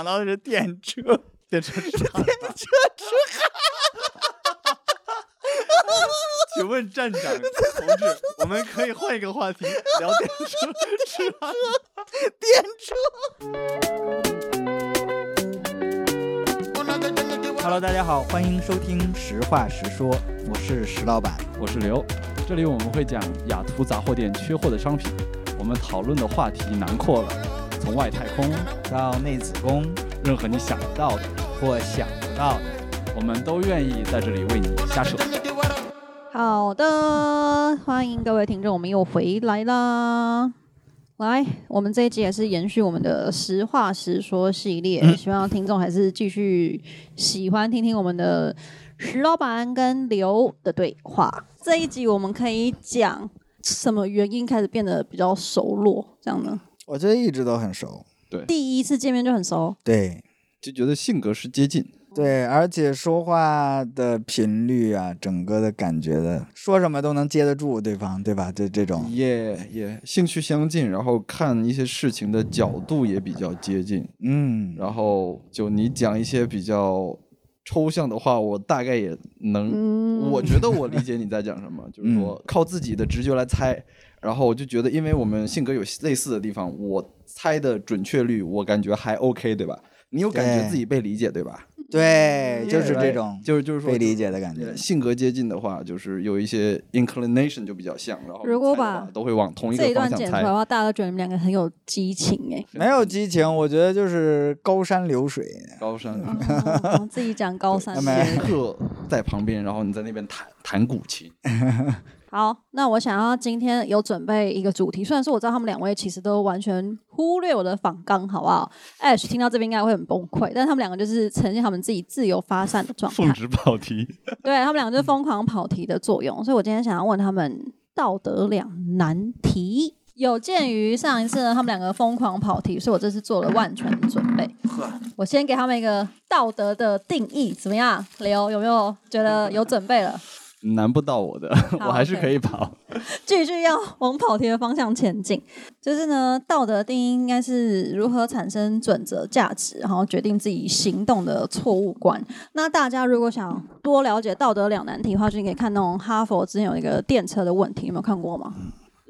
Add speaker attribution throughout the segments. Speaker 1: 想到的是电车， 电车痴汉。 请问站长同志，我们可以换一个话题聊电车痴汉。
Speaker 2: 电车。Hello，大家好，欢迎收听《实话实说》，我是石老板。
Speaker 3: 我是刘，这里我们会讲雅图杂货店缺货的商品，我们讨论的话题囊括了从外太空
Speaker 2: 到内子宫
Speaker 3: 任何你想得到的，
Speaker 2: 或想不到的，
Speaker 3: 我们都愿意在这里为你瞎扯。
Speaker 4: 好的，欢迎各位听众，我们又回来啦。来，我们这一集也是延续我们的实话实说系列，
Speaker 3: 嗯
Speaker 4: 希望听众还是继续喜欢听听我们的石老板跟刘的对话。这一集我们可以讲什么原因开始变得比较熟络，这样呢？
Speaker 2: 我觉得一直都很熟。
Speaker 4: 第一次见面就很熟，
Speaker 2: 对
Speaker 3: 就觉得性格是接近，
Speaker 2: 对，而且说话的频率啊，整个的感觉的，说什么都能接得住对方，对吧？这这种，
Speaker 3: 也也兴趣相近，然后看一些事情的角度也比较接近，
Speaker 2: 嗯，
Speaker 3: 然后就你讲一些比较抽象的话，我大概也能
Speaker 4: 嗯，
Speaker 3: 我觉得我理解你在讲什么，就是
Speaker 2: 嗯
Speaker 3: 说靠自己的直觉来猜，然后我就觉得，因为我们性格有类似的地方，我猜的准确率我感觉还 OK，对吧？你有感
Speaker 2: 对
Speaker 3: 觉自己被理解，对吧？
Speaker 2: 对，
Speaker 1: 嗯
Speaker 2: 就是这
Speaker 1: 哎
Speaker 3: Right，
Speaker 2: 种
Speaker 3: 就是就是说
Speaker 2: 被理解的感觉
Speaker 3: 呃。性格接近的话，就是有一些 inclination 就比较像，然后
Speaker 4: 如果
Speaker 3: 猜的话
Speaker 4: 把
Speaker 3: 都会往同一
Speaker 4: 这
Speaker 3: 个
Speaker 4: 一
Speaker 3: 方
Speaker 4: 段
Speaker 3: 向
Speaker 4: 剪出
Speaker 3: 猜
Speaker 4: 来的，话，大家都觉得你们两个很有激情 哎、
Speaker 2: 没有激情，我觉得就是高山流水。
Speaker 3: 高山
Speaker 4: 哦自己讲高三
Speaker 2: 那
Speaker 4: 的
Speaker 2: 么
Speaker 3: 杰克在旁边，然后你在那边弹弹古琴，
Speaker 4: 好，那我想要今天有准备一个主题，虽然说我知道他们两位其实都完全忽略我的访纲，好不好？Ash 听到这边应该会很崩溃，但他们两个就是呈现他们自己自由发散的状态，
Speaker 3: 旨跑题。
Speaker 4: 对他们两个就是疯狂跑题的作用，所以我今天想要问他们道德两难题。有鉴于上一次呢，他们两个疯狂跑题，所以我这次做了万全的准备。我先给他们一个道德的定义，怎么样？刘有没有觉得有准备了？
Speaker 3: 难不到我的，我 还是可以跑。
Speaker 4: 继续要往跑题的方向前进。就是呢，道德定义应该是如何产生准则、价值，然后决定自己行动的错误观。那大家如果想多了解道德两难题的话，就你可以看那种哈佛之前有一个电车的问题，有没有看过吗？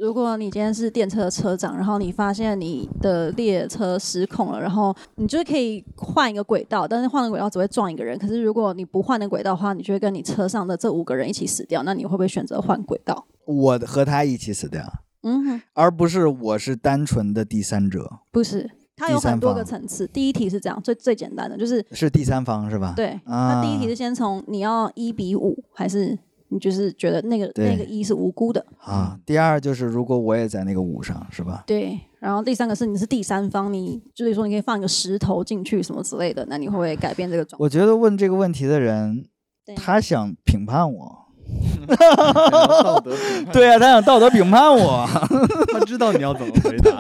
Speaker 4: 如果你今天是电车的车长，然后你发现你的列车失控了，然后你就是可以换一个轨道，但是换了轨道只会撞一个人。可是如果你不换那轨道的话，你就会跟你车上的这五个人一起死掉。那你会不会选择换轨道？
Speaker 2: 我和他一起死掉，
Speaker 4: 嗯哼。
Speaker 2: 而不是我是单纯的第三者，
Speaker 4: 不是，它
Speaker 2: 第
Speaker 4: 有很
Speaker 2: 三
Speaker 4: 多
Speaker 2: 方
Speaker 4: 个层次。第一题是这样，最最简单的就是
Speaker 2: 是第三方是吧？
Speaker 4: 对，
Speaker 2: 啊，
Speaker 4: 它第一题是先从你要一比五，还是你就是觉得那个
Speaker 2: 对
Speaker 4: 那个一是无辜的，
Speaker 1: 嗯
Speaker 2: 啊，第二就是如果我也在那个舞上是吧？
Speaker 4: 对。然后第三个是你是第三方，你就是说你可以放一个石头进去什么之类的，那你会不会改变这个状态？
Speaker 2: 我觉得问这个问题的人，
Speaker 4: 对
Speaker 2: 他想评判我，
Speaker 3: 道德评判，
Speaker 2: 对呀、他想道德评判 我，
Speaker 1: 他知道你要怎么回 答，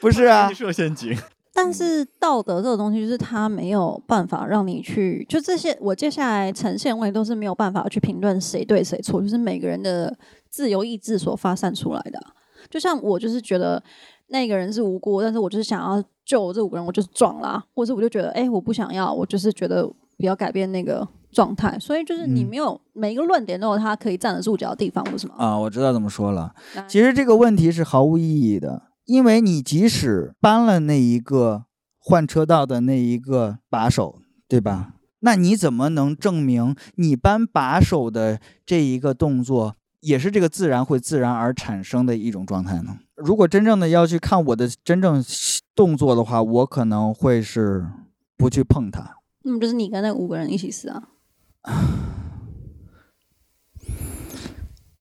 Speaker 2: 不是啊
Speaker 1: 你？设陷阱。
Speaker 2: 嗯
Speaker 4: 但是道德这个东西，就是它没有办法让你去，就这些我接下来呈现的问题都是没有办法去评论谁对谁错，就是每个人的自由意志所发散出来的啊。就像我就是觉得那个人是无辜，但是我就是想要救这五个人，我就是撞啦，或者是我就觉得哎、我不想要，我就是觉得不要改变那个状态。所以就是你
Speaker 2: 嗯
Speaker 4: 没有、每一个论点都有他可以站得住脚的地方，不是吗？
Speaker 2: 啊，我知道怎么说了。
Speaker 4: 来
Speaker 2: 其实这个问题是毫无意义的，因为你即使搬了那一个换车道的那一个把手，对吧？那你怎么能证明你搬把手的这一个动作也是这个自然会自然而产生的一种状态呢？如果真正的要去看我的真正动作的话，我可能会是不去碰它。
Speaker 4: 那么就是你跟那五个人一起死啊？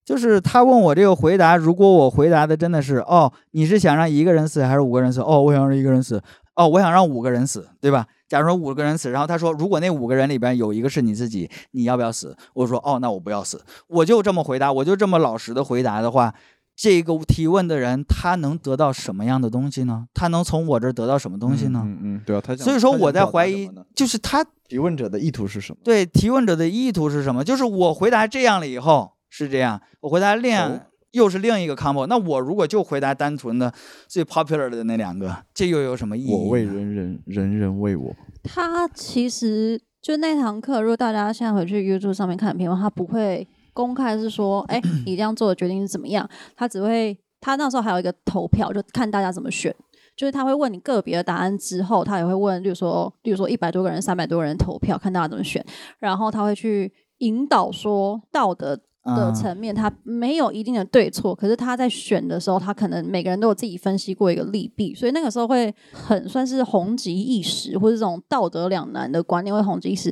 Speaker 2: 就是他问我这个回答，如果我回答的真的是哦，你是想让一个人死还是五个人死？哦，我想让一个人死。哦，我想让五个人死，对吧？假如说五个人死，然后他说，如果那五个人里边有一个是你自己，你要不要死？我说，哦，那我不要死。我就这么回答，我就这么老实的回答的话，这个提问的人他能得到什么样的东西呢？他能从我这儿得到什么东西呢？
Speaker 3: 嗯嗯，对啊，他想
Speaker 2: 所以说我在
Speaker 3: 他想表达
Speaker 2: 怀
Speaker 3: 什
Speaker 2: 疑
Speaker 3: 么呢，
Speaker 2: 就是他
Speaker 3: 提问者的意图是什么？
Speaker 2: 对提问者的意图是什么？就是我回答这样了以后是这样，我回答那样
Speaker 3: 哦
Speaker 2: 又是另一个 combo。那我如果就回答单纯的最 popular 的那两个，这又有什么意义呢？
Speaker 3: 我为人人，人人为我。
Speaker 4: 他其实就那堂课，如果大家现在回去 YouTube 上面看影片的话，他不会公开是说，哎、你这样做的决定是怎么样，他只会他那时候还有一个投票，就看大家怎么选。就是他会问你个别的答案之后，他也会问，例如说，例如说一百多个人、三百多个人投票，看大家怎么选，然后他会去引导说道德的
Speaker 2: 啊
Speaker 4: 层面，它没有一定的对错，可是他在选的时候，他可能每个人都有自己分析过一个利弊，所以那个时候会很算是红极一时，或者这种道德两难的观念会红极一时。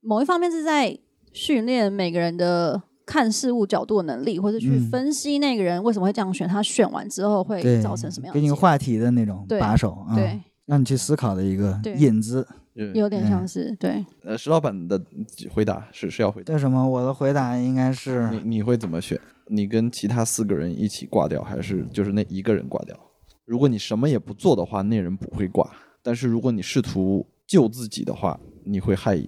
Speaker 4: 某一方面是在训练每个人的看事物角度的能力，或者去
Speaker 2: 嗯
Speaker 4: 分析那个人为什么会这样选，他选完之后会
Speaker 2: 对
Speaker 4: 造成什么样的
Speaker 2: 给你
Speaker 4: 结
Speaker 2: 个
Speaker 4: 果。
Speaker 2: 话题的那种
Speaker 4: 对
Speaker 2: 把手啊，
Speaker 4: 对，
Speaker 2: 让你去思考的一个
Speaker 4: 对
Speaker 2: 引子。
Speaker 3: 有
Speaker 4: 有点像是对。
Speaker 3: 呃，石老板的回答是是要回答
Speaker 2: 这什么？我的回答应该是
Speaker 3: 你，你会怎么选？你跟其他四个人一起挂掉，还是就是那一个人挂掉？如果你什么也不做的话，那人不会挂；但是如果你试图救自己的话，你会害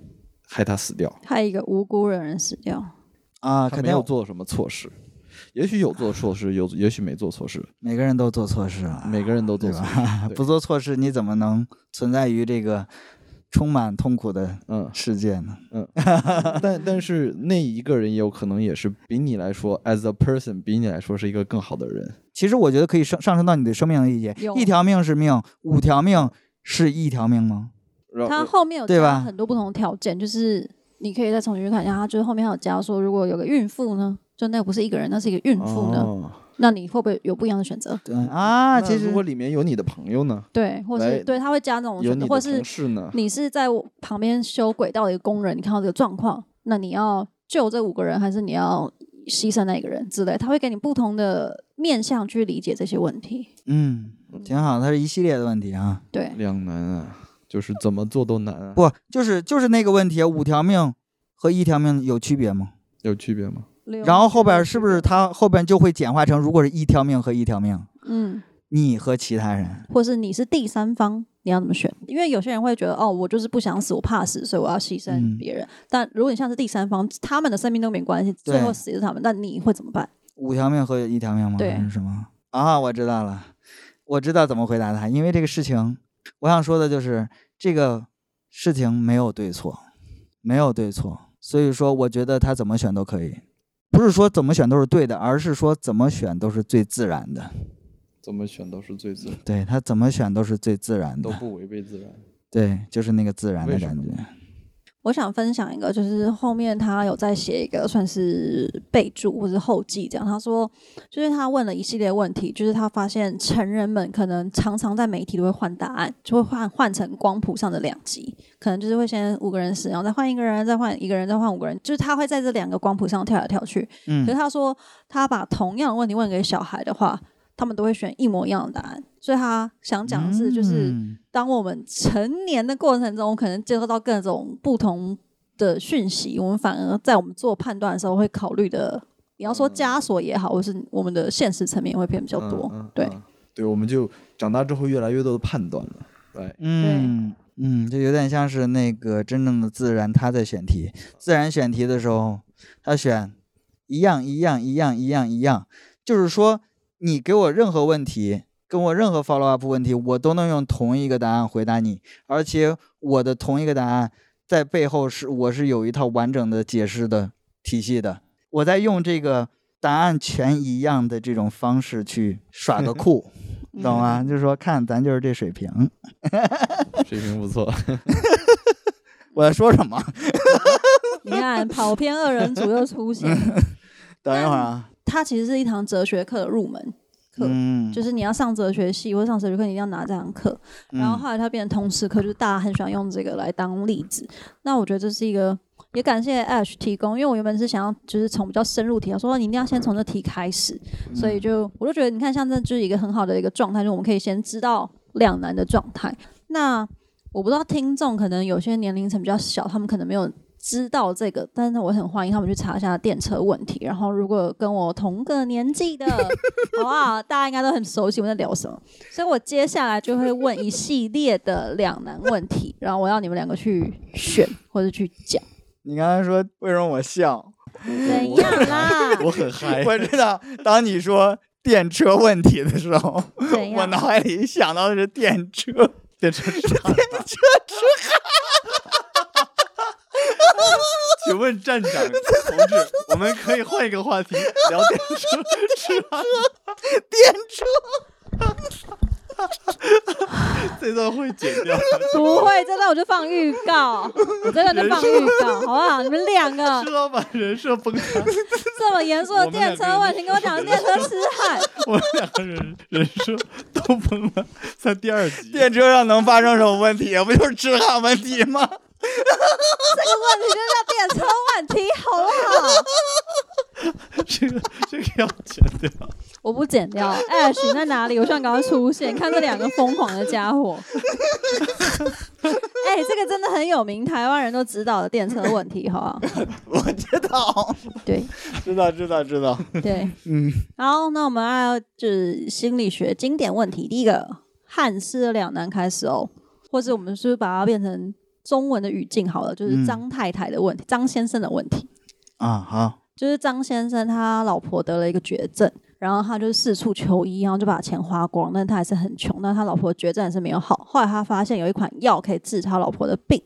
Speaker 3: 害他死掉。
Speaker 4: 害一个无辜的人死掉，
Speaker 2: 啊，
Speaker 3: 他
Speaker 2: 肯
Speaker 3: 没
Speaker 2: 定
Speaker 3: 有做什么错事，也许有做错事，有也许没做错事，
Speaker 2: 每个人都做错事了，
Speaker 3: 每个人都做
Speaker 2: 啊对
Speaker 3: 错
Speaker 2: 吧
Speaker 3: 事。对
Speaker 2: 不做错事，你怎么能存在于这个充满痛苦的
Speaker 3: 嗯，
Speaker 2: 世界呢？
Speaker 3: 但但是那一个人也有可能也是比你来说，as a person，比你来说是一个更好的人。
Speaker 2: 其实我觉得可以上上升到你对生命的理解
Speaker 4: 有，
Speaker 2: 一条命是命，五条命是一条命吗？
Speaker 3: 然
Speaker 4: 他
Speaker 3: 后
Speaker 4: 后面有
Speaker 2: 对
Speaker 4: 加
Speaker 2: 吧
Speaker 4: 很多不同的条件，就是你可以再重新去看一下，他就是后面还有加说，如果有个孕妇呢，就那不是一个人，那是一个孕妇呢，
Speaker 3: 哦
Speaker 4: 那你会不会有不一样的选择？
Speaker 2: 对啊，
Speaker 3: 那
Speaker 2: 其实
Speaker 3: 如果里面有你的朋友呢，
Speaker 4: 对，或
Speaker 3: 来
Speaker 4: 是对，他会加那种
Speaker 3: 有
Speaker 4: 选择，
Speaker 3: 你
Speaker 4: 或
Speaker 3: 的
Speaker 4: 是嗯
Speaker 3: 同事呢，
Speaker 4: 你是在旁边修轨道的一个工人，你看到这个状况，那你要救这五个人，还是你要牺牲那一个人之类？他会给你不同的面向去理解这些问题。
Speaker 2: 嗯，挺好，它是一系列的问题啊。
Speaker 4: 对，
Speaker 3: 两难啊，就是怎么做都难啊，
Speaker 2: 不，就是就是那个问题，啊五条命和一条命有区别吗？
Speaker 3: 有区别吗？
Speaker 2: 然后后边是不是它后边就会简化成，如果是一条命和一条命，
Speaker 4: 嗯？
Speaker 2: 你和其他人，
Speaker 4: 或是你是第三方，你要怎么选？因为有些人会觉得，哦，我就是不想死，我怕死，所以我要牺牲
Speaker 2: 嗯
Speaker 4: 别人。但如果你像是第三方，他们的生命都没关系，
Speaker 2: 对
Speaker 4: 最后死是他们，那你会怎么办？
Speaker 2: 五条命和一条命吗？
Speaker 4: 对
Speaker 2: 还是什么？啊，我知道了，我知道怎么回答他，因为这个事情，我想说的就是这个事情没有对错，没有对错，所以说我觉得他怎么选都可以，不是说怎么选都是对的，而是说怎么选都是最自然的。
Speaker 3: 怎么选都是最自然，
Speaker 2: 对他怎么选都是最自然
Speaker 3: 都
Speaker 2: 的，
Speaker 3: 不违背自然。
Speaker 2: 对，就是那个自然的
Speaker 3: 为什
Speaker 2: 感
Speaker 3: 么
Speaker 2: 觉。
Speaker 4: 我想分享一个，就是后面他有在写一个算是备注或是后记这样。他说，就是他问了一系列问题，就是他发现成人们可能常常在媒体都会换答案，就会换换成光谱上的两极，可能就是会先五个人死，然后再换一个人，再换一个人，再换五个人，就是他会在这两个光谱上跳来跳去。
Speaker 2: 嗯
Speaker 4: 可是他说，他把同样的问题问给小孩的话，他们都会选一模一样的答案。所以他想讲的是，就是。
Speaker 2: 嗯
Speaker 4: 当我们成年的过程中，我可能接受到各种不同的讯息，我们反而在我们做判断的时候会考虑的，你要说枷锁也好，或是我们的现实层面会变比较多。
Speaker 3: 嗯嗯
Speaker 4: 对，
Speaker 3: 嗯对，我们就长大之后越来越多的判断了。对，
Speaker 2: 嗯嗯，就有点像是那个真正的自然，他在选题，自然选题的时候，他选一样一样一样一样一样，就是说你给我任何问题，跟我任何 follow up 问题，我都能用同一个答案回答你，而且我的同一个答案在背后是我是有一套完整的解释的体系的，我在用这个答案全一样的这种方式去耍个酷，懂
Speaker 3: 啊
Speaker 2: 吗？就是说看咱就是这水平。
Speaker 3: 水平 不错。
Speaker 2: 我在说什么？
Speaker 4: 嗯你看，跑偏二人组又出 现了。
Speaker 2: 等一会儿啊，
Speaker 4: 它其实是一堂哲学课的入门课，
Speaker 2: 嗯，
Speaker 4: 就是你要上哲学系或上哲学课，你一定要拿这堂课。然后
Speaker 2: 嗯
Speaker 4: 后来它变成通识课，就是大家很喜欢用这个来当例子。那我觉得这是一个，也感谢 Ash 提供，因为我原本是想要就是从比较深入题，他说你一定要先从这题开始，所
Speaker 2: 嗯
Speaker 4: 以就我就觉得你看像这就是一个很好的一个状态，就是我们可以先知道两难的状态。那我不知道听众可能有些年龄层比较小，他们可能没有。知道这个，但是我很欢迎他们去查一下电车问题。然后，如果跟我同个年纪的， 好不好？大家应该都很熟悉我们在聊什么。所以我接下来就会问一系列的两难问题，然后我要你们两个去选或者去讲。
Speaker 2: 你刚才说为什么我笑？
Speaker 4: 怎样啦？
Speaker 1: 我很嗨。
Speaker 2: 我知道，当你说电车问题的时候，
Speaker 4: 怎
Speaker 2: 我
Speaker 4: 样？
Speaker 2: 脑海里想到的是电车。
Speaker 1: 电车痴汉，请问站 长同志，我们可以换一个话题聊电 车痴汉。
Speaker 2: 电车，
Speaker 1: 这段会剪 掉，
Speaker 4: 不会，这段我就放预告，我这段就放预告，好不好？你们两个
Speaker 1: 是老板人设崩塌，
Speaker 4: 这么严肃的电车问 题，跟我讲电车痴汉，
Speaker 1: 我们两个人人设都崩了，在第二集。
Speaker 2: 电车上能发生什么问题？不就是痴汉问题吗？
Speaker 4: 这个问题就叫电车问题，好不好？
Speaker 1: 这个 这个要剪掉，
Speaker 4: 我不剪掉，Ash 哎你在哪里？我想赶快出现，看这两个疯狂的家伙。 哎、这个真的很有名，台湾人都知道的电车问题，好不好？
Speaker 2: 我知道，
Speaker 4: 对
Speaker 2: 知道，知道，知道。
Speaker 4: 对，
Speaker 2: 嗯，
Speaker 4: 好，那我们按就是心理学经典问题，第一个汉诗的两难开始哦，或是我们是不是把它变成中文的语境好了，就是
Speaker 2: 嗯
Speaker 4: 张太太的问题，张先生的问题，
Speaker 2: 啊，好，
Speaker 4: 就是张先生他老婆得了一个绝症，然后他就四处求医，然后就把钱花光，但他还是很穷，但他老婆绝症还是没有好。后来他发现有一款药可以治他老婆的病，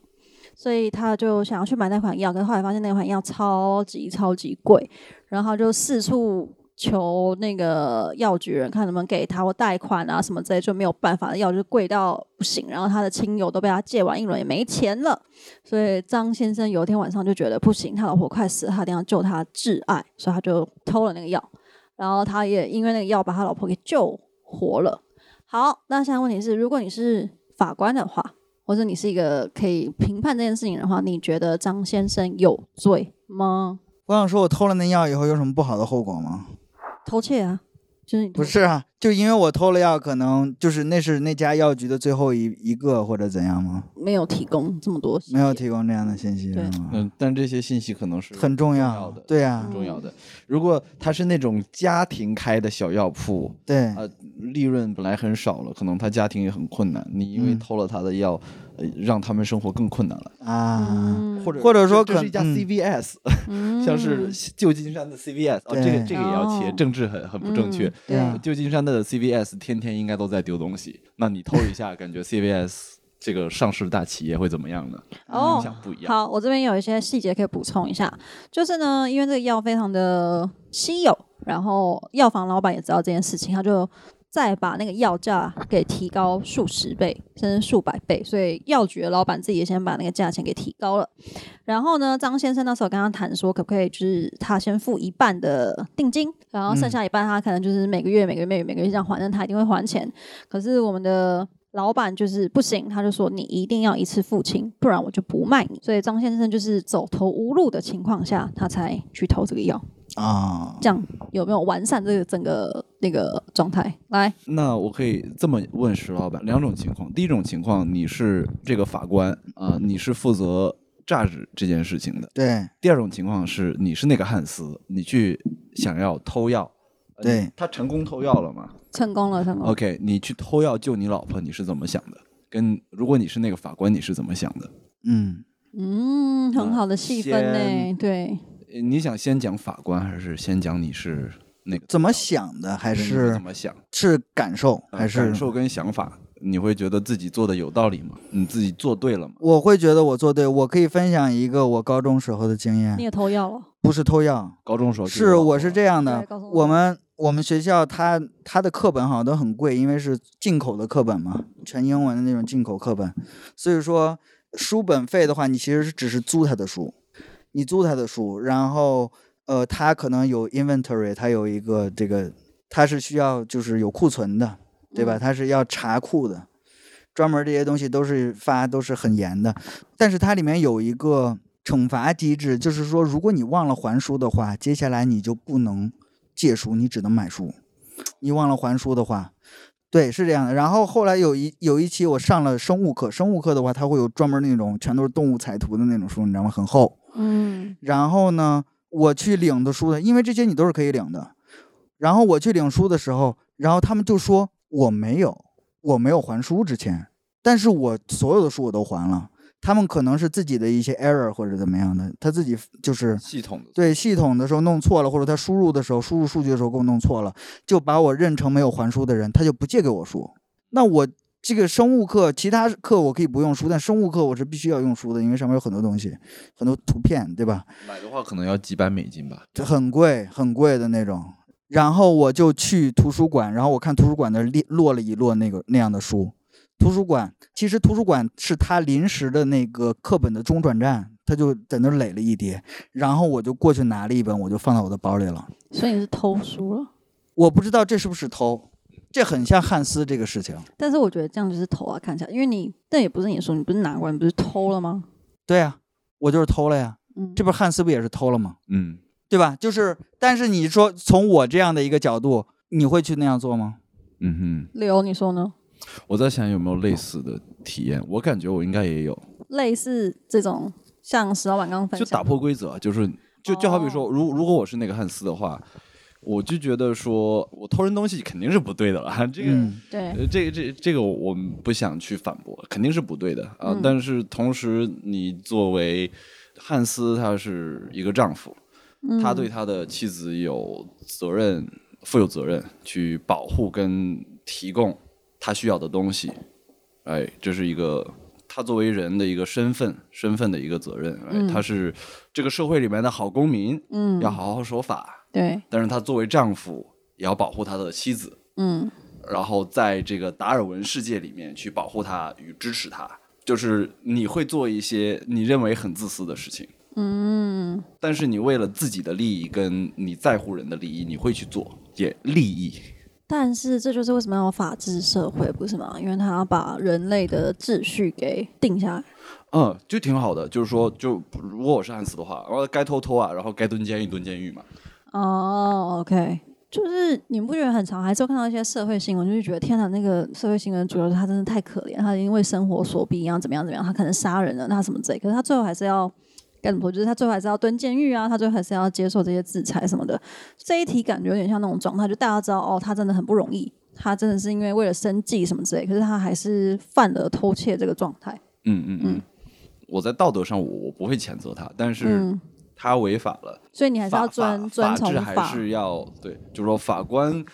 Speaker 4: 所以他就想要去买那款药，可是后来发现那款药超级超级贵，然后他就四处。求那个药局人看能不能给他或贷款啊什么之类，就没有办法，药就贵到不行。然后他的亲友都被他借完一轮也没钱了，所以张先生有一天晚上就觉得不行，他老婆快死了，他一定要救他挚爱，所以他就偷了那个药，然后他也因为那个药把他老婆给救活了。好，那现在问题是，如果你是法官的话，或者你是一个可以评判这件事情的话，你觉得张先生有罪吗？
Speaker 2: 我想说，我偷了那药以后有什么不好的后果吗？
Speaker 4: 偷窃啊，就是你偷
Speaker 2: 不是啊，就因为我偷了药，可能就是那是那家药局的最后一一个或者怎样吗？
Speaker 4: 没有提供这么多细节，
Speaker 2: 没有提供这样的信息是
Speaker 4: 对
Speaker 2: 吗？
Speaker 3: 嗯，但这些信息可能是
Speaker 2: 很重
Speaker 3: 重
Speaker 2: 要嗯
Speaker 3: 要的
Speaker 2: 对啊呀
Speaker 3: 很，重要的。如果他是那种家庭开的小药铺，
Speaker 2: 对
Speaker 3: 啊，利润本来很少了，可能他家庭也很困难。你因为
Speaker 2: 嗯
Speaker 3: 偷了他的药，呃，让他们生活更困难了。
Speaker 2: 啊，
Speaker 4: 嗯，
Speaker 3: 或者
Speaker 2: 或者说
Speaker 3: 这
Speaker 2: 可
Speaker 3: 这是一家
Speaker 2: 嗯
Speaker 3: CVS，、
Speaker 4: 嗯
Speaker 3: 像是旧金山的 CVS 哦，这个
Speaker 2: 对
Speaker 3: 这个也要切，
Speaker 4: 哦
Speaker 3: 政治很很不正确
Speaker 4: 嗯。对
Speaker 2: 啊
Speaker 3: 旧金山的 CVS 天天应该都在丢东西，那你偷一下，感觉 CVS 这个上市大企业会怎么样呢？
Speaker 2: 嗯
Speaker 4: 哦
Speaker 3: 影，响不一样。
Speaker 4: 好，我这边有一些细节可以补充一下，就是呢，因为这个药非常的稀有，然后药房老板也知道这件事情，他就再把那个药价给提高数十倍，甚至数百倍，所以药局的老板自己也先把那个价钱给提高了。然后呢，张先生那时候跟他谈说，可不可以就是他先付一半的定金，然后剩
Speaker 3: 嗯
Speaker 4: 下一半他可能就是每个月、每个月、每个月每个月这样还，但他一定会还钱。可是我们的老板就是不行，他就说你一定要一次付清，不然我就不卖你。所以张先生就是走投无路的情况下，他才去投这个药。
Speaker 2: 啊，
Speaker 4: 这样有没有完善这个整个那个状态？来，
Speaker 3: 那我可以这么问石老板，两种情况。第一种情况，你是这个法官啊、你是负责诈治这件事情的；
Speaker 2: 对
Speaker 3: 第二种情况是，你是那个汉斯，你去想要偷药，呃
Speaker 2: 对嗯
Speaker 3: 你他成功偷药了吗
Speaker 4: 成功了，成功了。
Speaker 3: ？OK，你去偷药救你老婆，你是怎么想的？跟如果你是那个法官，你是怎么想的？
Speaker 2: 嗯，
Speaker 4: 嗯，很好的细分
Speaker 3: 先
Speaker 4: 呢。对，
Speaker 3: 呃你想先讲法官，还是先讲你是那个
Speaker 2: 怎么想的？还
Speaker 3: 你
Speaker 2: 是
Speaker 3: 怎么想？
Speaker 2: 是感受？
Speaker 3: 呃
Speaker 2: 还是
Speaker 3: 感受跟想法？你会觉得自己做的有道理吗？你自己做对了吗？
Speaker 2: 我会觉得我做对，我可以分享一个我高中时候的经验
Speaker 4: 你，也偷药了。
Speaker 2: 不是偷药，
Speaker 3: 高中时候
Speaker 2: 是我是这样的
Speaker 4: 对告诉，我
Speaker 2: 我们我们学校它它的课本好像都很贵，因为是进口的课本嘛，全英文的那种进口课本，所以说书本费的话，你其实是只是租他的书，你租他的书，然后呃，他可能有 inventory，它有一个这个，它是需要就是有库存的，对吧？
Speaker 4: 嗯
Speaker 2: 它是要查库的，专门这些东西都是发都是很严的，但是它里面有一个惩罚机制，就是说如果你忘了还书的话，接下来你就不能借书，你只能买书。你忘了还书的话，对，是这样的。然后后来有一有一期我上了生物课，生物课的话，它会有专门那种全都是动物彩图的那种书，你知道吗？很厚。
Speaker 4: 嗯，
Speaker 2: 然后呢，我去领的书的，因为这些你都是可以领的。然后我去领书的时候，然后他们就说我没有，我没有还书之前，但是我所有的书我都还了。他们可能是自己的一些 error 或者怎么样的，他自己就是
Speaker 3: 系统的
Speaker 2: 对系统的时候弄错了，或者他输入的时候输入数据的时候给我弄错了，就把我认成没有还书的人，他就不借给我书。那我这个生物课，其他课我可以不用书，但生物课我是必须要用书的，因为上面有很多东西，很多图片，对吧？
Speaker 3: 买的话可能要几百美金吧。
Speaker 2: 这很贵很贵的那种。然后我就去图书馆，然后我看图书馆的列落了一摞那个那样的书。图书馆其实图书馆是他临时的那个课本的中转站，他就在那儿垒了一叠，然后我就过去拿了一本，我就放到我的包里了。
Speaker 4: 所以你是偷书了。
Speaker 2: 我不知道这是不是偷，这很像汉斯这个事情。
Speaker 4: 但是我觉得这样就是偷啊，看起来，因为你那也不是你的书，你不是拿过来，你不是偷了吗？
Speaker 2: 对呀、我就是偷了呀，
Speaker 4: 嗯，
Speaker 2: 这不是汉斯不也是偷了吗？
Speaker 3: 嗯，
Speaker 2: 对吧？就是，但是你说从我这样的一个角度，你会去那样做吗？
Speaker 3: 嗯
Speaker 4: 刘，你说呢？
Speaker 3: 哼，我在想有没有类似的体验，我感觉我应该也有，
Speaker 4: 类似这种像石老板刚刚分
Speaker 3: 就
Speaker 4: 享，
Speaker 3: 打破规则，就是就就好比说，如如果我是那个汉斯的话，我就觉得说我偷人东西肯定是不对的了，这个。
Speaker 2: 嗯，
Speaker 4: 对，
Speaker 3: 呃，这个、这、这个我们不想去反驳，肯定是不对的啊。
Speaker 4: 嗯
Speaker 3: 但是同时，你作为汉斯，他是一个丈夫，
Speaker 4: 嗯
Speaker 3: 他对他的妻子有责任，负有责任去保护跟提供他需要的东西。哎，这是一个他作为人的一个身份，身份的一个责任。哎，
Speaker 4: 嗯
Speaker 3: 他是这个社会里面的好公民，
Speaker 4: 嗯
Speaker 3: 要好好守法。
Speaker 4: 对，
Speaker 3: 但是他作为丈夫，也要保护他的妻子。
Speaker 4: 嗯
Speaker 3: 然后在这个达尔文世界里面去保护他与支持他，就是你会做一些你认为很自私的事情，
Speaker 4: 嗯，
Speaker 3: 但是你为了自己的利益跟你在乎人的利益，你会去做，也利益。
Speaker 4: 但是这就是为什么要有法治社会，不是吗？因为他要把人类的秩序给定下来。
Speaker 3: 嗯，就挺好的，就是说，就如果我是汉斯的话，然后该偷偷啊，然后该蹲监狱蹲监狱嘛。
Speaker 4: 哦，OK，就是你们不觉得很常还是会看到一些社会新闻，就是觉得天哪，那个社会新闻主要是他真的太可怜，他因为生活所逼，然后怎么样怎么样，他可能杀人了，那什么之类，可是他最后还是要该怎么说，就是他最后还是要蹲监狱啊，他最后还是要接受这些制裁什么的。这一题感觉有点像那种状态，就大家知道哦，他真的很不容易，他真的是因为为了生计什么之类，可是他还是犯了偷窃这个状态。
Speaker 3: 嗯嗯
Speaker 4: 嗯
Speaker 3: 嗯，我在道德上我我不会谴责他，但是
Speaker 4: 嗯，
Speaker 3: 他违法了。
Speaker 4: 所以你还是
Speaker 3: 法
Speaker 4: 要遵遵
Speaker 3: 法
Speaker 4: 从
Speaker 3: 治还是要对，就是说法官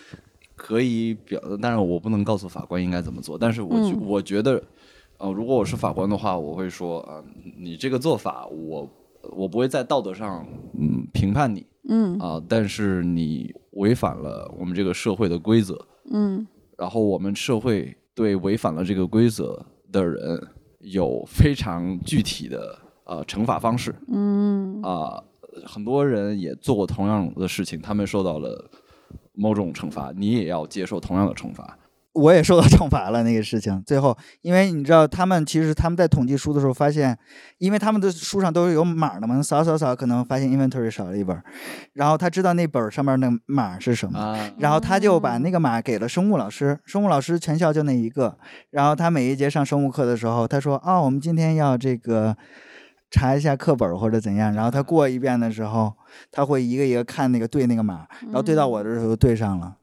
Speaker 3: 可以表，当然我不能告诉法官应该怎么做，但是我、觉
Speaker 4: 嗯
Speaker 3: 我觉得，呃，如果我是法官的话，我会说啊、你这个做法，我我不会在道德上嗯评判你
Speaker 4: 嗯
Speaker 3: 啊、但是你违反了我们这个社会的规则，
Speaker 4: 嗯
Speaker 3: 然后我们社会对违反了这个规则的人有非常具体的呃惩罚方式。
Speaker 4: 嗯
Speaker 3: 啊、很多人也做过同样的事情，他们受到了某种惩罚，你也要接受同样的惩罚。
Speaker 2: 我也受到惩罚了那个事情。最后，因为你知道，他们其实他们在统计书的时候发现，因为他们的书上都是有码的嘛，你扫扫扫，可能发现 inventory 少了一本儿，然后他知道那本儿上面那码是什么。
Speaker 3: 啊，
Speaker 2: 然后他就把那个码给了生物老师，生物老师全校就那一个。然后他每一节上生物课的时候，他说：“啊、我们今天要这个查一下课本儿或者怎样。”然后他过一遍的时候，他会一个一个看那个对那个码，然后对
Speaker 4: 嗯
Speaker 2: 到我的时候就对上了。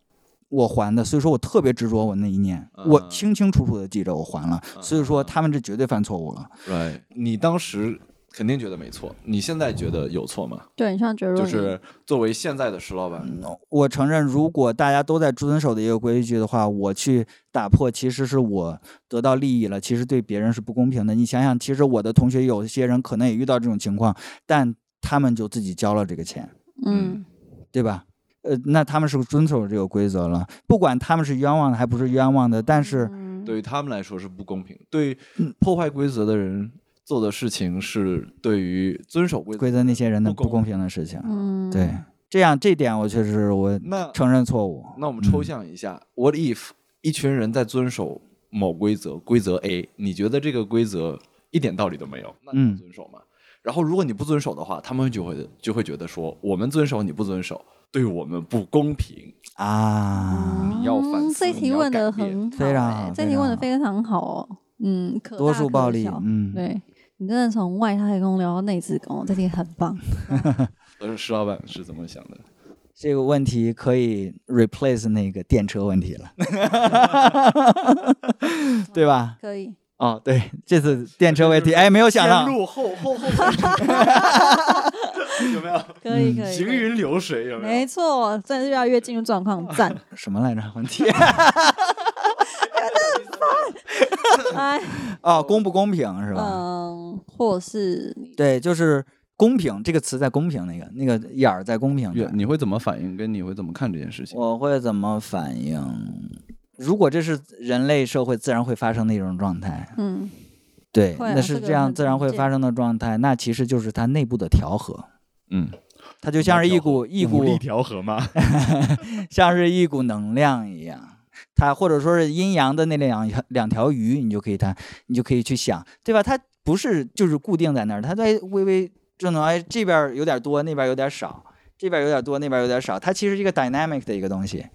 Speaker 2: 我还的，所以说我特别执着。我那一年，我
Speaker 3: 嗯
Speaker 2: 清清楚楚的记着我还了，所以说他们这绝对犯错误了。
Speaker 3: 对，你当时肯定觉得没错，你现在觉得有错吗？
Speaker 4: 对，你像觉得
Speaker 3: 就是作为现在的石老板，
Speaker 2: 呃我承认，如果大家都在遵守的一个规矩的话，我去打破，其实是我得到利益了，其实对别人是不公平的。你想想，其实我的同学有些人可能也遇到这种情况，但他们就自己交了这个钱，
Speaker 4: 嗯
Speaker 2: 对吧？呃，那他们是遵守这个规则了，不管他们是冤枉的还不是冤枉的，但是
Speaker 4: 嗯
Speaker 3: 对于他们来说是不公平，对破坏规则的人做的事情是对于遵守规则
Speaker 2: 规则那些人的不
Speaker 3: 不公
Speaker 2: 公平的事情，
Speaker 4: 嗯
Speaker 2: 对，这样这点我确实我
Speaker 3: 那
Speaker 2: 承认错误。
Speaker 3: 那我们抽象一下、w h a t if 一群人在遵守某规则，规则 A，你觉得这个规则一点道理都没有，那你
Speaker 2: 嗯
Speaker 3: 会遵守吗？然后如果你不遵守的话，他们就会就会觉得说，我们遵守你不遵守，对我们不公平。
Speaker 2: 啊，
Speaker 3: 你要反
Speaker 4: 嗯
Speaker 3: 思
Speaker 4: 这
Speaker 3: 你
Speaker 4: 题
Speaker 3: 要
Speaker 4: 问
Speaker 3: 改
Speaker 4: 的
Speaker 3: 变
Speaker 4: 很好、
Speaker 2: 非常好
Speaker 4: 欸，这
Speaker 2: 非
Speaker 4: 题
Speaker 2: 常
Speaker 4: 问的
Speaker 2: 好
Speaker 4: 非常好哦。嗯，可
Speaker 2: 多
Speaker 4: 大
Speaker 2: 数
Speaker 4: 可
Speaker 2: 暴力
Speaker 4: 小，
Speaker 2: 嗯，
Speaker 4: 对你真的从外太空聊到内子宫，这题很棒。
Speaker 3: 呃，石老板是怎么想的？
Speaker 2: 这个问题可以 replace 那个电车问题了，对吧？
Speaker 4: 可以，
Speaker 2: 哦，对，这次电车为题，哎，没有想到
Speaker 1: 先，入后后后后， 有没有？
Speaker 4: 可以
Speaker 2: 嗯
Speaker 4: 可以可以，
Speaker 1: 行云流水有没
Speaker 4: 没
Speaker 1: 有？
Speaker 4: 错，真的是越来越进入状况，赞！
Speaker 2: 什么来着？问 题
Speaker 4: 嗯哎，
Speaker 2: 哦，公不公平是吧？
Speaker 4: 嗯，或者是你
Speaker 2: 对，就是公平这个词在公平那个那个眼儿在公平这
Speaker 3: 越
Speaker 2: 儿。
Speaker 3: 你会怎么反应，跟你会怎么看这件事情？
Speaker 2: 我会怎么反应？如果这是人类社会自然会发生的一种状态，
Speaker 4: 嗯，
Speaker 2: 对，
Speaker 4: 会啊
Speaker 2: 那
Speaker 4: 这
Speaker 2: 是
Speaker 4: 个
Speaker 2: 这样
Speaker 4: 很
Speaker 2: 自然会
Speaker 4: 常
Speaker 2: 发生的状态，那其实就是它内部的调和，
Speaker 3: 嗯，
Speaker 2: 它就像是一
Speaker 3: 调和
Speaker 2: 股一
Speaker 1: 武
Speaker 2: 股
Speaker 1: 力调和嘛，
Speaker 2: 像是一股能量一样。它或者说是阴阳的那两条两条鱼，你就可以它，你就可以去想，对吧？它不是就是固定在那儿，它在微微正动，哎，这边儿有点多，那边儿有点少，这边儿有点多，那边儿有点少。它其实是一个 dynamic 的一个东西，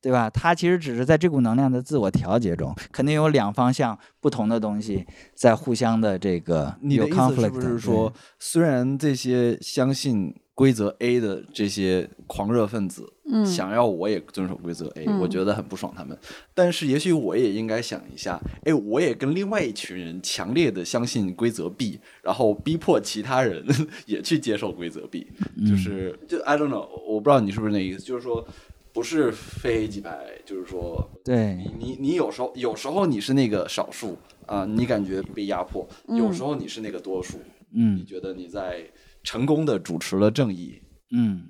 Speaker 2: 对吧？它其实只是在这股能量的自我调节中，肯定有两方向不同的东西在互相的这个
Speaker 3: 你的
Speaker 2: 有
Speaker 3: 意思
Speaker 2: conflict
Speaker 3: 是不是说，虽然这些相信规则 A 的这些狂热分子，
Speaker 4: 嗯
Speaker 3: 想要我也遵守规则 A，、
Speaker 4: 嗯
Speaker 3: 我觉得很不爽他们，但是也许我也应该想一下，哎，我也跟另外一群人强烈的相信规则 B，然后逼迫其他人 也去接受规则 B，就是
Speaker 4: 嗯
Speaker 3: 就 I don't know，我不知道你是不是那意思，就是说不是非黑即白，就是说
Speaker 2: 对
Speaker 3: 你你你有时候有时候你是那个少数啊、你感觉被压迫；
Speaker 4: 嗯
Speaker 3: 有时候你是那个多数，
Speaker 2: 嗯
Speaker 3: 你觉得你在成功的主持了正义。
Speaker 2: 嗯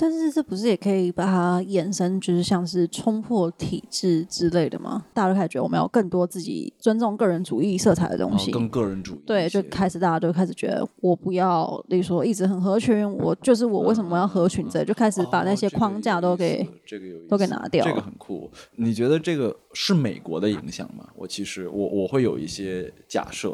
Speaker 4: 但是这不是也可以把它延伸，就是像是冲破体制之类的吗？大家就开始觉得我们要更多自己尊重个人主义色彩的
Speaker 3: 然
Speaker 4: 东
Speaker 3: 后
Speaker 4: 西，
Speaker 3: 哦更个人主义一些。
Speaker 4: 对，就开始大家就开始觉得我不要，例如说一直很合群，我就是我为什么要合
Speaker 3: 嗯
Speaker 4: 群这，就开始把那些框架都给、
Speaker 3: 哦这个有意思、这个有意思
Speaker 4: 都给拿掉
Speaker 3: 这个很酷。你觉得这个是美国的影响吗？我其实我我会有一些假设，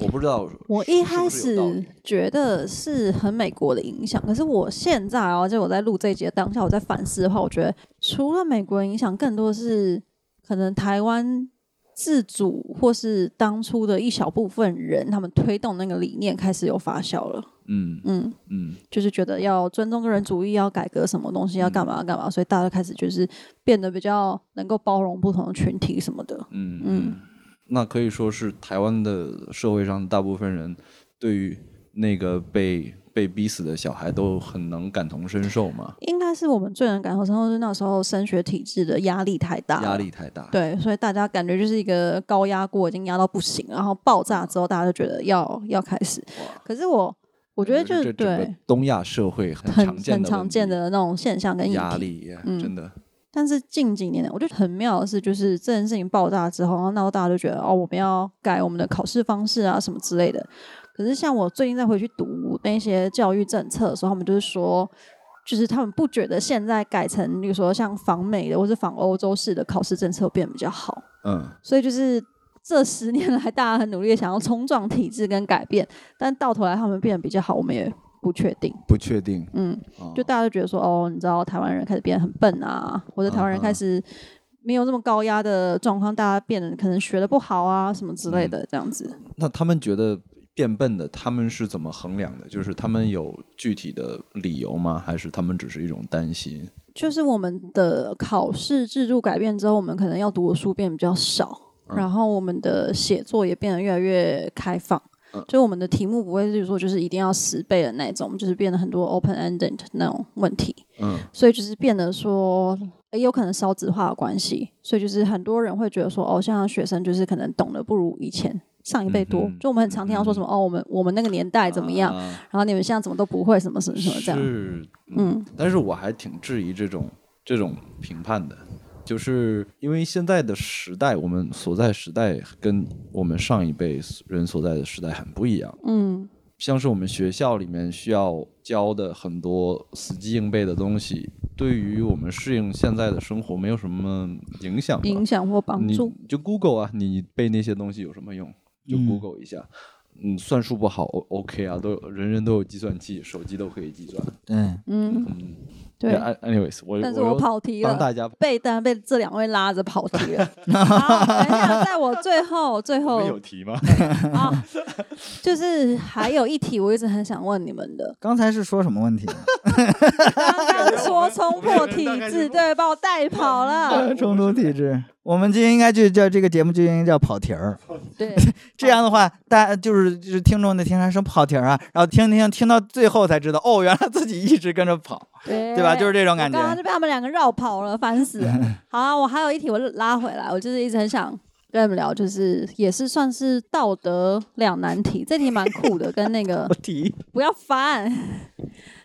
Speaker 3: 我不知道是。
Speaker 4: 我一开
Speaker 3: 是不是有道
Speaker 4: 始
Speaker 3: 理
Speaker 4: 觉得是很美国的影响，可是我现在啊，就我在录这一节当下，我在反思的话，我觉得除了美国的影响，更多是可能台湾自主或是当初的一小部分人，他们推动那个理念开始有发酵了。
Speaker 3: 嗯
Speaker 4: 嗯，
Speaker 3: 嗯，
Speaker 4: 就是觉得要尊重个人主义，要改革什么东西，要
Speaker 3: 嗯
Speaker 4: 干嘛干嘛，所以大家开始就是变得比较能够包容不同的群体什么的。
Speaker 3: 嗯
Speaker 4: 嗯，
Speaker 3: 那可以说是台湾的社会上大部分人对于那个被被逼死的小孩都很能感同身受嘛，
Speaker 4: 应该是我们最能感受，到，就是那时候升学体制的压力太大了，
Speaker 3: 压力太大。
Speaker 4: 对，所以大家感觉就是一个高压锅已经压到不行，然后爆炸之后，大家就觉得要要开始。可是我我
Speaker 3: 我
Speaker 4: 觉得就是
Speaker 3: 这整个
Speaker 4: 对
Speaker 3: 东亚社会很
Speaker 4: 很
Speaker 3: 常见
Speaker 4: 很
Speaker 3: 的
Speaker 4: 常
Speaker 3: 问
Speaker 4: 见
Speaker 3: 题
Speaker 4: 的那种现象跟议
Speaker 3: 压
Speaker 4: 题。
Speaker 3: 力，
Speaker 4: 嗯
Speaker 3: 真的。
Speaker 4: 但是近几年我觉得很妙的是，就是这件事情爆炸之后，然后闹大家就觉得哦，我们要改我们的考试方式啊什么之类的。可是像我最近再回去读那些教育政策的时候，他们就是说。就是他们不觉得现在改成，比如说像仿美的或是仿欧洲式的考试政策变得比较好，
Speaker 3: 嗯，
Speaker 4: 所以就是这十年来，大家很努力地想要冲撞体制跟改变，但到头来他们变得比较好，我们也不确定。
Speaker 3: 不确定。
Speaker 4: 嗯，
Speaker 3: 哦
Speaker 4: 就大家都觉得说，哦，你知道台湾人开始变得很笨啊，或者台湾人
Speaker 3: 嗯嗯
Speaker 4: 开始没有那么高压的状况，大家变得可能学的不好啊，什么
Speaker 3: 嗯
Speaker 4: 之类的，这样子。
Speaker 3: 那他们觉得变笨的，他们是怎么衡量的？就是他们有具体的理由吗？还是他们只是一种担心？
Speaker 4: 就是我们的考试制度改变之后，我们可能要读的书变得比较少，
Speaker 3: 嗯
Speaker 4: 然后我们的写作也变得越来越开放。
Speaker 3: 嗯
Speaker 4: 就我们的题目不会，就是说，就是一定要十倍的那种，就是变得很多 open ended 那种问题，
Speaker 3: 嗯
Speaker 4: 所以就是变得说，也有可能少子化的关系，所以就是很多人会觉得说，哦，现在学生就是可能懂得不如以前上一辈多，
Speaker 3: 嗯哼
Speaker 4: 就我们很常听到说什么，哦，我们我们那个年代怎么样，
Speaker 3: 啊
Speaker 4: 然后你们现在怎么都不会，什么什么什么这样，
Speaker 3: 是，
Speaker 4: 嗯
Speaker 3: 但是我还挺质疑这种这种评判的，就是因为现在的时代，我们所在时代跟我们上一辈人所在的时代很不一样。
Speaker 4: 嗯
Speaker 3: 像是我们学校里面需要教的很多死记硬背的东西，对于我们适应现在的生活没有什么影响吧。
Speaker 4: 影响或帮
Speaker 3: 你
Speaker 4: 助，
Speaker 3: 就 Google 啊，你背那些东西有什么用？就
Speaker 2: 嗯
Speaker 3: Google 一下。嗯，算术不好，O OK 啊，都有人人都有计算器，手机都可以计算。
Speaker 2: 对，。
Speaker 4: 嗯，
Speaker 3: 嗯，
Speaker 4: 对，
Speaker 3: Yeah, anyways，我
Speaker 4: 但是我
Speaker 3: 又
Speaker 4: 跑题
Speaker 3: 帮大
Speaker 4: 了。
Speaker 3: 家
Speaker 4: 被但被这两位拉着 跑题了。好，等一下，在我最后最
Speaker 1: 我
Speaker 4: 后
Speaker 1: 们有题吗？
Speaker 4: 啊，就是还有一题，我一直很想问你们的
Speaker 2: 刚才是说什么问题？
Speaker 4: 刚刚说冲破体制，对，把我带跑 了。
Speaker 2: 冲突体制，我们就应该就叫这个节目就应该叫跑题儿。
Speaker 4: 对，
Speaker 2: 这样的话，大家就是就是听众的听啥声跑题儿啊，然后听听听到最后才知道，哦，原来自己一直跟着跑，
Speaker 4: 对
Speaker 2: 对吧？就是
Speaker 4: 这
Speaker 2: 这种感
Speaker 4: 刚刚
Speaker 2: 觉。
Speaker 4: 就被他们两个绕跑了，烦死了。好啊，我还有一题，我拉回来，我就是一直很想。跟你们聊，就是也是算是道德两难题，这题蛮酷的，跟那 个
Speaker 2: 我提
Speaker 4: 不要烦，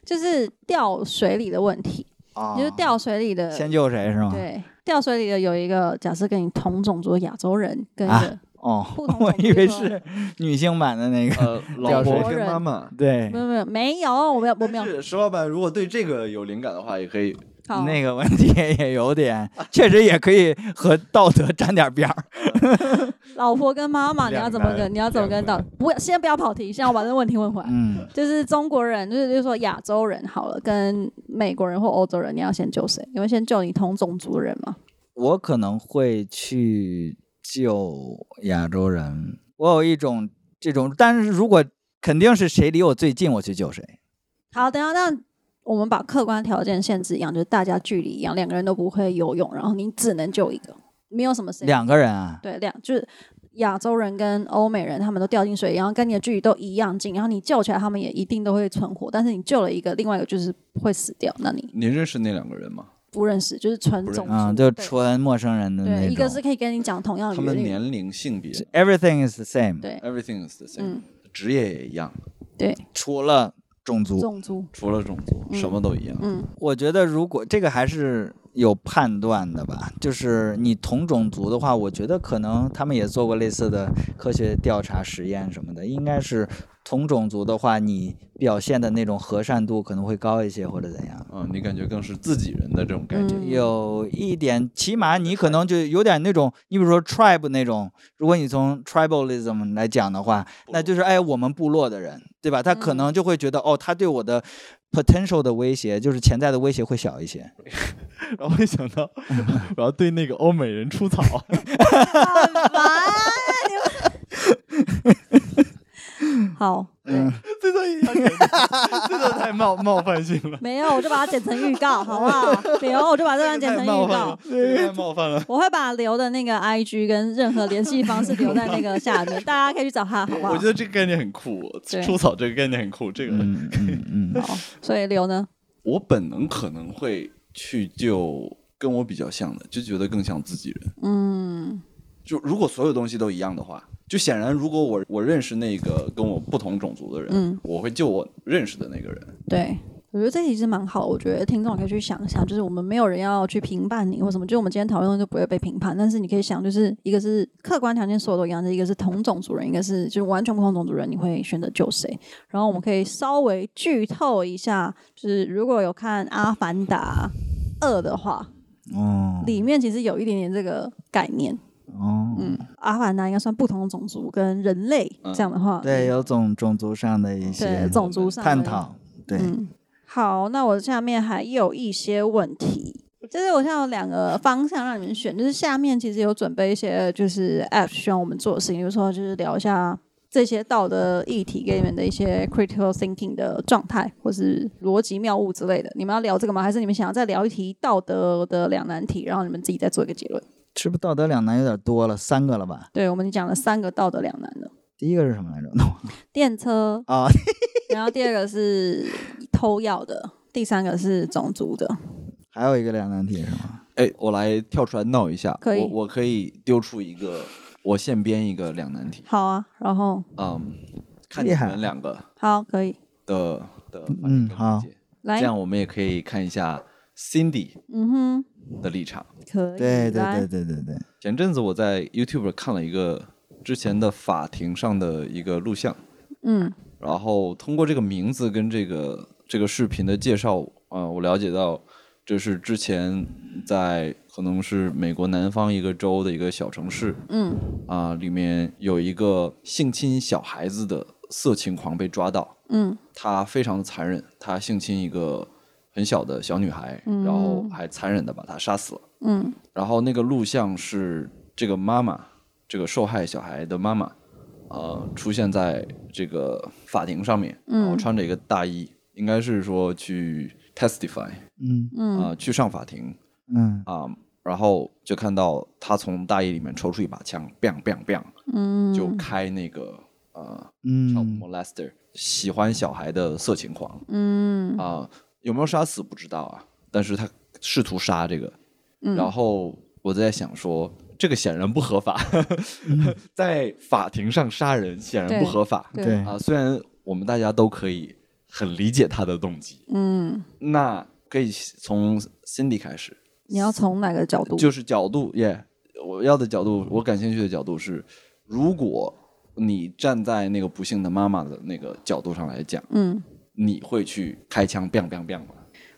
Speaker 4: 就是掉水里的问题，
Speaker 2: 啊
Speaker 4: 就是掉水里的
Speaker 2: 先啊救谁是吗？
Speaker 4: 对，掉水里的有一个，假设跟你同种族的亚洲人，跟一个、
Speaker 2: 哦
Speaker 4: 不同，
Speaker 2: 我
Speaker 4: 种族
Speaker 2: 以为
Speaker 4: 说
Speaker 2: 是 女性版的那个。
Speaker 3: 呃老
Speaker 2: 掉
Speaker 3: 婆
Speaker 4: 水
Speaker 3: 跟妈妈。
Speaker 2: 对
Speaker 4: 没，有没有没有，我没有我没有
Speaker 3: 但，是石老板如果对这个有灵感的话，也可以
Speaker 4: 好，
Speaker 2: 那个问题也有点，确实也可以和道德沾点边儿。
Speaker 4: 老婆跟妈妈，你要怎么
Speaker 1: 两
Speaker 4: 跟
Speaker 1: 难
Speaker 4: 你要怎么跟
Speaker 1: 两
Speaker 4: 到？不要，先不要跑题，先我把这个问题问回来。
Speaker 2: 嗯，
Speaker 4: 就是中国人，就是就是说亚洲人好了，跟美国人或欧洲人，你要先救谁？你会先救你同种族人吗？
Speaker 2: 我可能会去救亚洲人。我有一种这种，但是如果肯定是谁离我最近，我去救谁。
Speaker 4: 好，等一下那我们把客观条件限制一样，就是大家距离一样，两个人都不会游泳，然后你只能救一个，没有什么谁
Speaker 2: 两个人啊，
Speaker 4: 对，两就是亚洲人跟欧美人，他们都掉进水，然后跟你的距离都一样近，然后你救起来，他们也一定都会存活。但是你救了一个，另外一个就是会死掉。那你
Speaker 3: 你认识那两个人吗？
Speaker 4: 不认识，就是纯
Speaker 3: 不认
Speaker 4: 种族，
Speaker 2: 嗯，就
Speaker 4: 对
Speaker 2: 纯陌生人的那
Speaker 4: 对，
Speaker 2: 种。
Speaker 4: 一个是可以跟你讲同样
Speaker 3: 他
Speaker 4: 的
Speaker 3: 们
Speaker 4: 语言，
Speaker 3: 年龄、性别
Speaker 2: everything is the same，
Speaker 4: 对
Speaker 3: ，everything is the same，、
Speaker 4: 嗯
Speaker 3: 职业也一样，
Speaker 4: 对，
Speaker 2: 除了种族。
Speaker 4: 种族，
Speaker 3: 除了种族，
Speaker 4: 嗯
Speaker 3: 什么都一样。
Speaker 4: 嗯，
Speaker 2: 我觉得如果这个还是有判断的吧，就是你同种族的话，我觉得可能他们也做过类似的科学调查实验什么的，应该是同种族的话，你表现的那种和善度可能会高一些，或者怎样。
Speaker 3: 嗯，你感觉更是自己人的这种概念。
Speaker 4: 嗯
Speaker 2: 有一点，起码你可能就有点那种，你比如说 tribe 那种，如果你从 tribalism 来讲的话，那就是哎，我们部落的人，对吧？他可
Speaker 4: 嗯
Speaker 2: 能就会觉得，哦，他对我的 potential 的威胁，就是潜在的威胁会小一些。
Speaker 1: 然后会想到 我要对那个欧美人出草，
Speaker 4: 干嘛啊？你们 好，对，
Speaker 1: 这段也要剪掉这段太冒冒犯性了，
Speaker 4: 没有，我就把它剪成预告，好不 好？留，我就把这段剪成
Speaker 1: 太
Speaker 4: 预
Speaker 1: 冒犯
Speaker 4: 告
Speaker 1: 了。，这个太冒犯了。
Speaker 4: 我会把刘的那个 IG 跟任何联系方式留在那个 下面，大家可以去找他，好不好
Speaker 1: 我觉？得这个概念很酷，
Speaker 4: 对
Speaker 1: 出草这个概念很酷，这个
Speaker 2: 嗯 嗯嗯，
Speaker 4: 好，所以刘呢？
Speaker 3: 我本能可能会去救跟我比较像的，就觉得更像自己人。
Speaker 4: 嗯，
Speaker 3: 就如果所有东西都一样的话，就显然如果我我认识那个跟我不同种族的人，
Speaker 4: 嗯
Speaker 3: 我会救我认识的那个人。
Speaker 4: 对。我觉得这题是蛮好的，我觉得听众可以去想一想，就是我们没有人要去评判你或什么，就我们今天讨论的就不会被评判，但是你可以想，就是一个是客观条件所有都一样的，一个是同种族人，一个是就是完全不同种族人，你会选择救谁？然后我们可以稍微剧透一下，就是如果有看《阿凡达二》的话，
Speaker 2: 哦
Speaker 4: 里面其实有一点点这个概念，
Speaker 2: 哦，
Speaker 4: 嗯，阿凡达应该算不同的种族跟人类
Speaker 3: 嗯
Speaker 4: 这样的话，
Speaker 2: 对，有种种族上的一
Speaker 4: 对
Speaker 2: 些
Speaker 4: 种族上的
Speaker 2: 探，讨，对，
Speaker 4: 嗯，好，那我下面还有一些问题。就是我现在有两个方向让你们选，就是下面其实有准备一些就是 app 希望我们做的事情，比如说就是聊一下这些道德议题给你们的一些 critical thinking 的状态，或是逻辑谬误之类的。你们要聊这个吗？还是你们想要再聊一题道德的两难题，然后你们自己再做一个结论？
Speaker 2: 是不是道德两难有点多了？三个了吧？
Speaker 4: 对我们已经讲了三个道德两难了，
Speaker 2: 第一个是什么来着？
Speaker 4: 电车，
Speaker 2: 啊，
Speaker 4: 然后第二个是偷药的，第三个是种族的。
Speaker 2: 还有一个两难题是吗？
Speaker 3: 哎，我来跳出来闹一下，
Speaker 4: 可以
Speaker 3: 我我可以丢出一个，我现编一个两难题，
Speaker 4: 好啊，然后
Speaker 3: 嗯，看你
Speaker 2: 厉害
Speaker 3: 们两个
Speaker 4: 好，可以
Speaker 3: 的的反
Speaker 2: 嗯
Speaker 3: 应跟理解
Speaker 4: 来
Speaker 3: 这，样我们也可以看一下 Cindy
Speaker 4: 嗯哼，
Speaker 3: 的立场。
Speaker 4: 可以，
Speaker 2: 对对
Speaker 4: 来
Speaker 2: 对对对对，
Speaker 3: 前阵子我在 YouTube 看了一个之前的法庭上的一个录像，
Speaker 4: 嗯
Speaker 3: 然后通过这个名字跟这个这个视频的介绍，啊，我了解到这是之前在可能是美国南方一个州的一个小城市
Speaker 4: 嗯
Speaker 3: 啊、里面有一个性侵小孩子的色情狂被抓到，
Speaker 4: 嗯
Speaker 3: 他非常的残忍，他性侵一个很小的小女孩，
Speaker 4: 嗯
Speaker 3: 然后还残忍的把她杀死了。
Speaker 4: 嗯
Speaker 3: 然后那个录像是这个妈妈，这个受害小孩的妈妈，呃，出现在这个法庭上面，然后
Speaker 4: 嗯
Speaker 3: 穿着一个大衣，应该是说去 testify
Speaker 2: 嗯
Speaker 3: 啊、
Speaker 4: 嗯
Speaker 3: 去上法庭
Speaker 2: 嗯
Speaker 3: 啊、然后就看到他从大衣里面抽出一把枪，bang bang bang，
Speaker 4: 嗯，
Speaker 3: 就开那个呃叫
Speaker 2: 嗯
Speaker 3: molester，喜欢小孩的色情狂
Speaker 4: 嗯
Speaker 3: 啊、有没有杀死不知道啊，但是他试图杀这个，
Speaker 4: 嗯
Speaker 3: 然后我在想说，这个显然不合法， 在法庭上杀人显然不合法
Speaker 4: 对
Speaker 2: 对
Speaker 3: 啊。虽然我们大家都可以很理解他的动机，
Speaker 4: 嗯，
Speaker 3: 那可以从 Cindy 开始，
Speaker 4: 你要从哪个角度？
Speaker 3: 就是角度耶我要的角度，我感兴趣的角度是，如果你站在那个不幸的妈妈的那个角度上来讲，
Speaker 4: 嗯，
Speaker 3: 你会去开枪 bang bang bang 吗？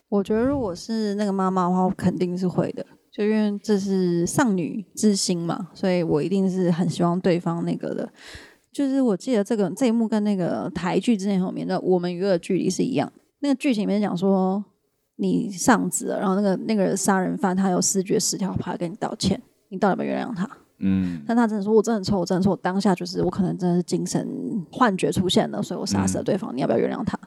Speaker 4: 我觉得如果是那个妈妈的话，我肯定是会的，就因为这是丧女之心嘛，所以我一定是很希望对方那个的。就是我记得这个这一幕跟那个台剧之前有名的《我们与恶的距离》是一样，那个剧情里面讲说你丧子了，然后那个那个杀人犯他有视觉失调，跑来跟你道歉，你到底有没有原谅他？
Speaker 3: 嗯
Speaker 4: 但他真的说，我真的很错，我真的错，我当下就是我可能真的是精神幻觉出现了，所以我杀死了对方，你要不要原谅他？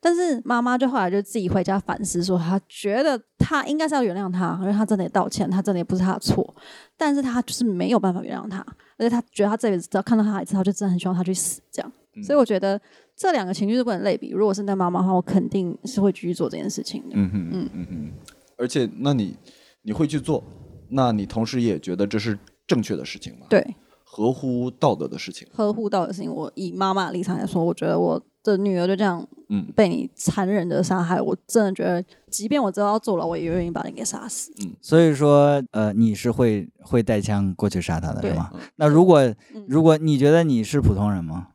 Speaker 4: 但是妈妈就后来就自己回家反思，说她觉得她应该是要原谅他，因为她真的也道歉，她真的也不是他的错，但是她就是没有办法原谅他，而且她觉得她这辈子只要看到他一次，她就真的很希望他去死这样。所以我觉得这两个情绪是不能类比。如果是那妈妈的话，我肯定是会继续做这件事情的。
Speaker 3: 嗯哼嗯嗯哼，而且那你你会去做，那你同时也觉得这是正确的事情吗？，
Speaker 4: 对，
Speaker 3: 合乎道德的事情。
Speaker 4: 呵护到的事情，我以妈妈的立场来说，我觉得我的女儿就这样
Speaker 3: 嗯
Speaker 4: 被你残忍的杀害，我真的觉得，即便我知道要坐牢，我也愿意把你给杀死。
Speaker 2: 所以说，呃，你是会会带枪过去杀他的
Speaker 4: 对
Speaker 2: 是吗？那如果
Speaker 4: 嗯
Speaker 2: 如果你觉得你是普通人吗？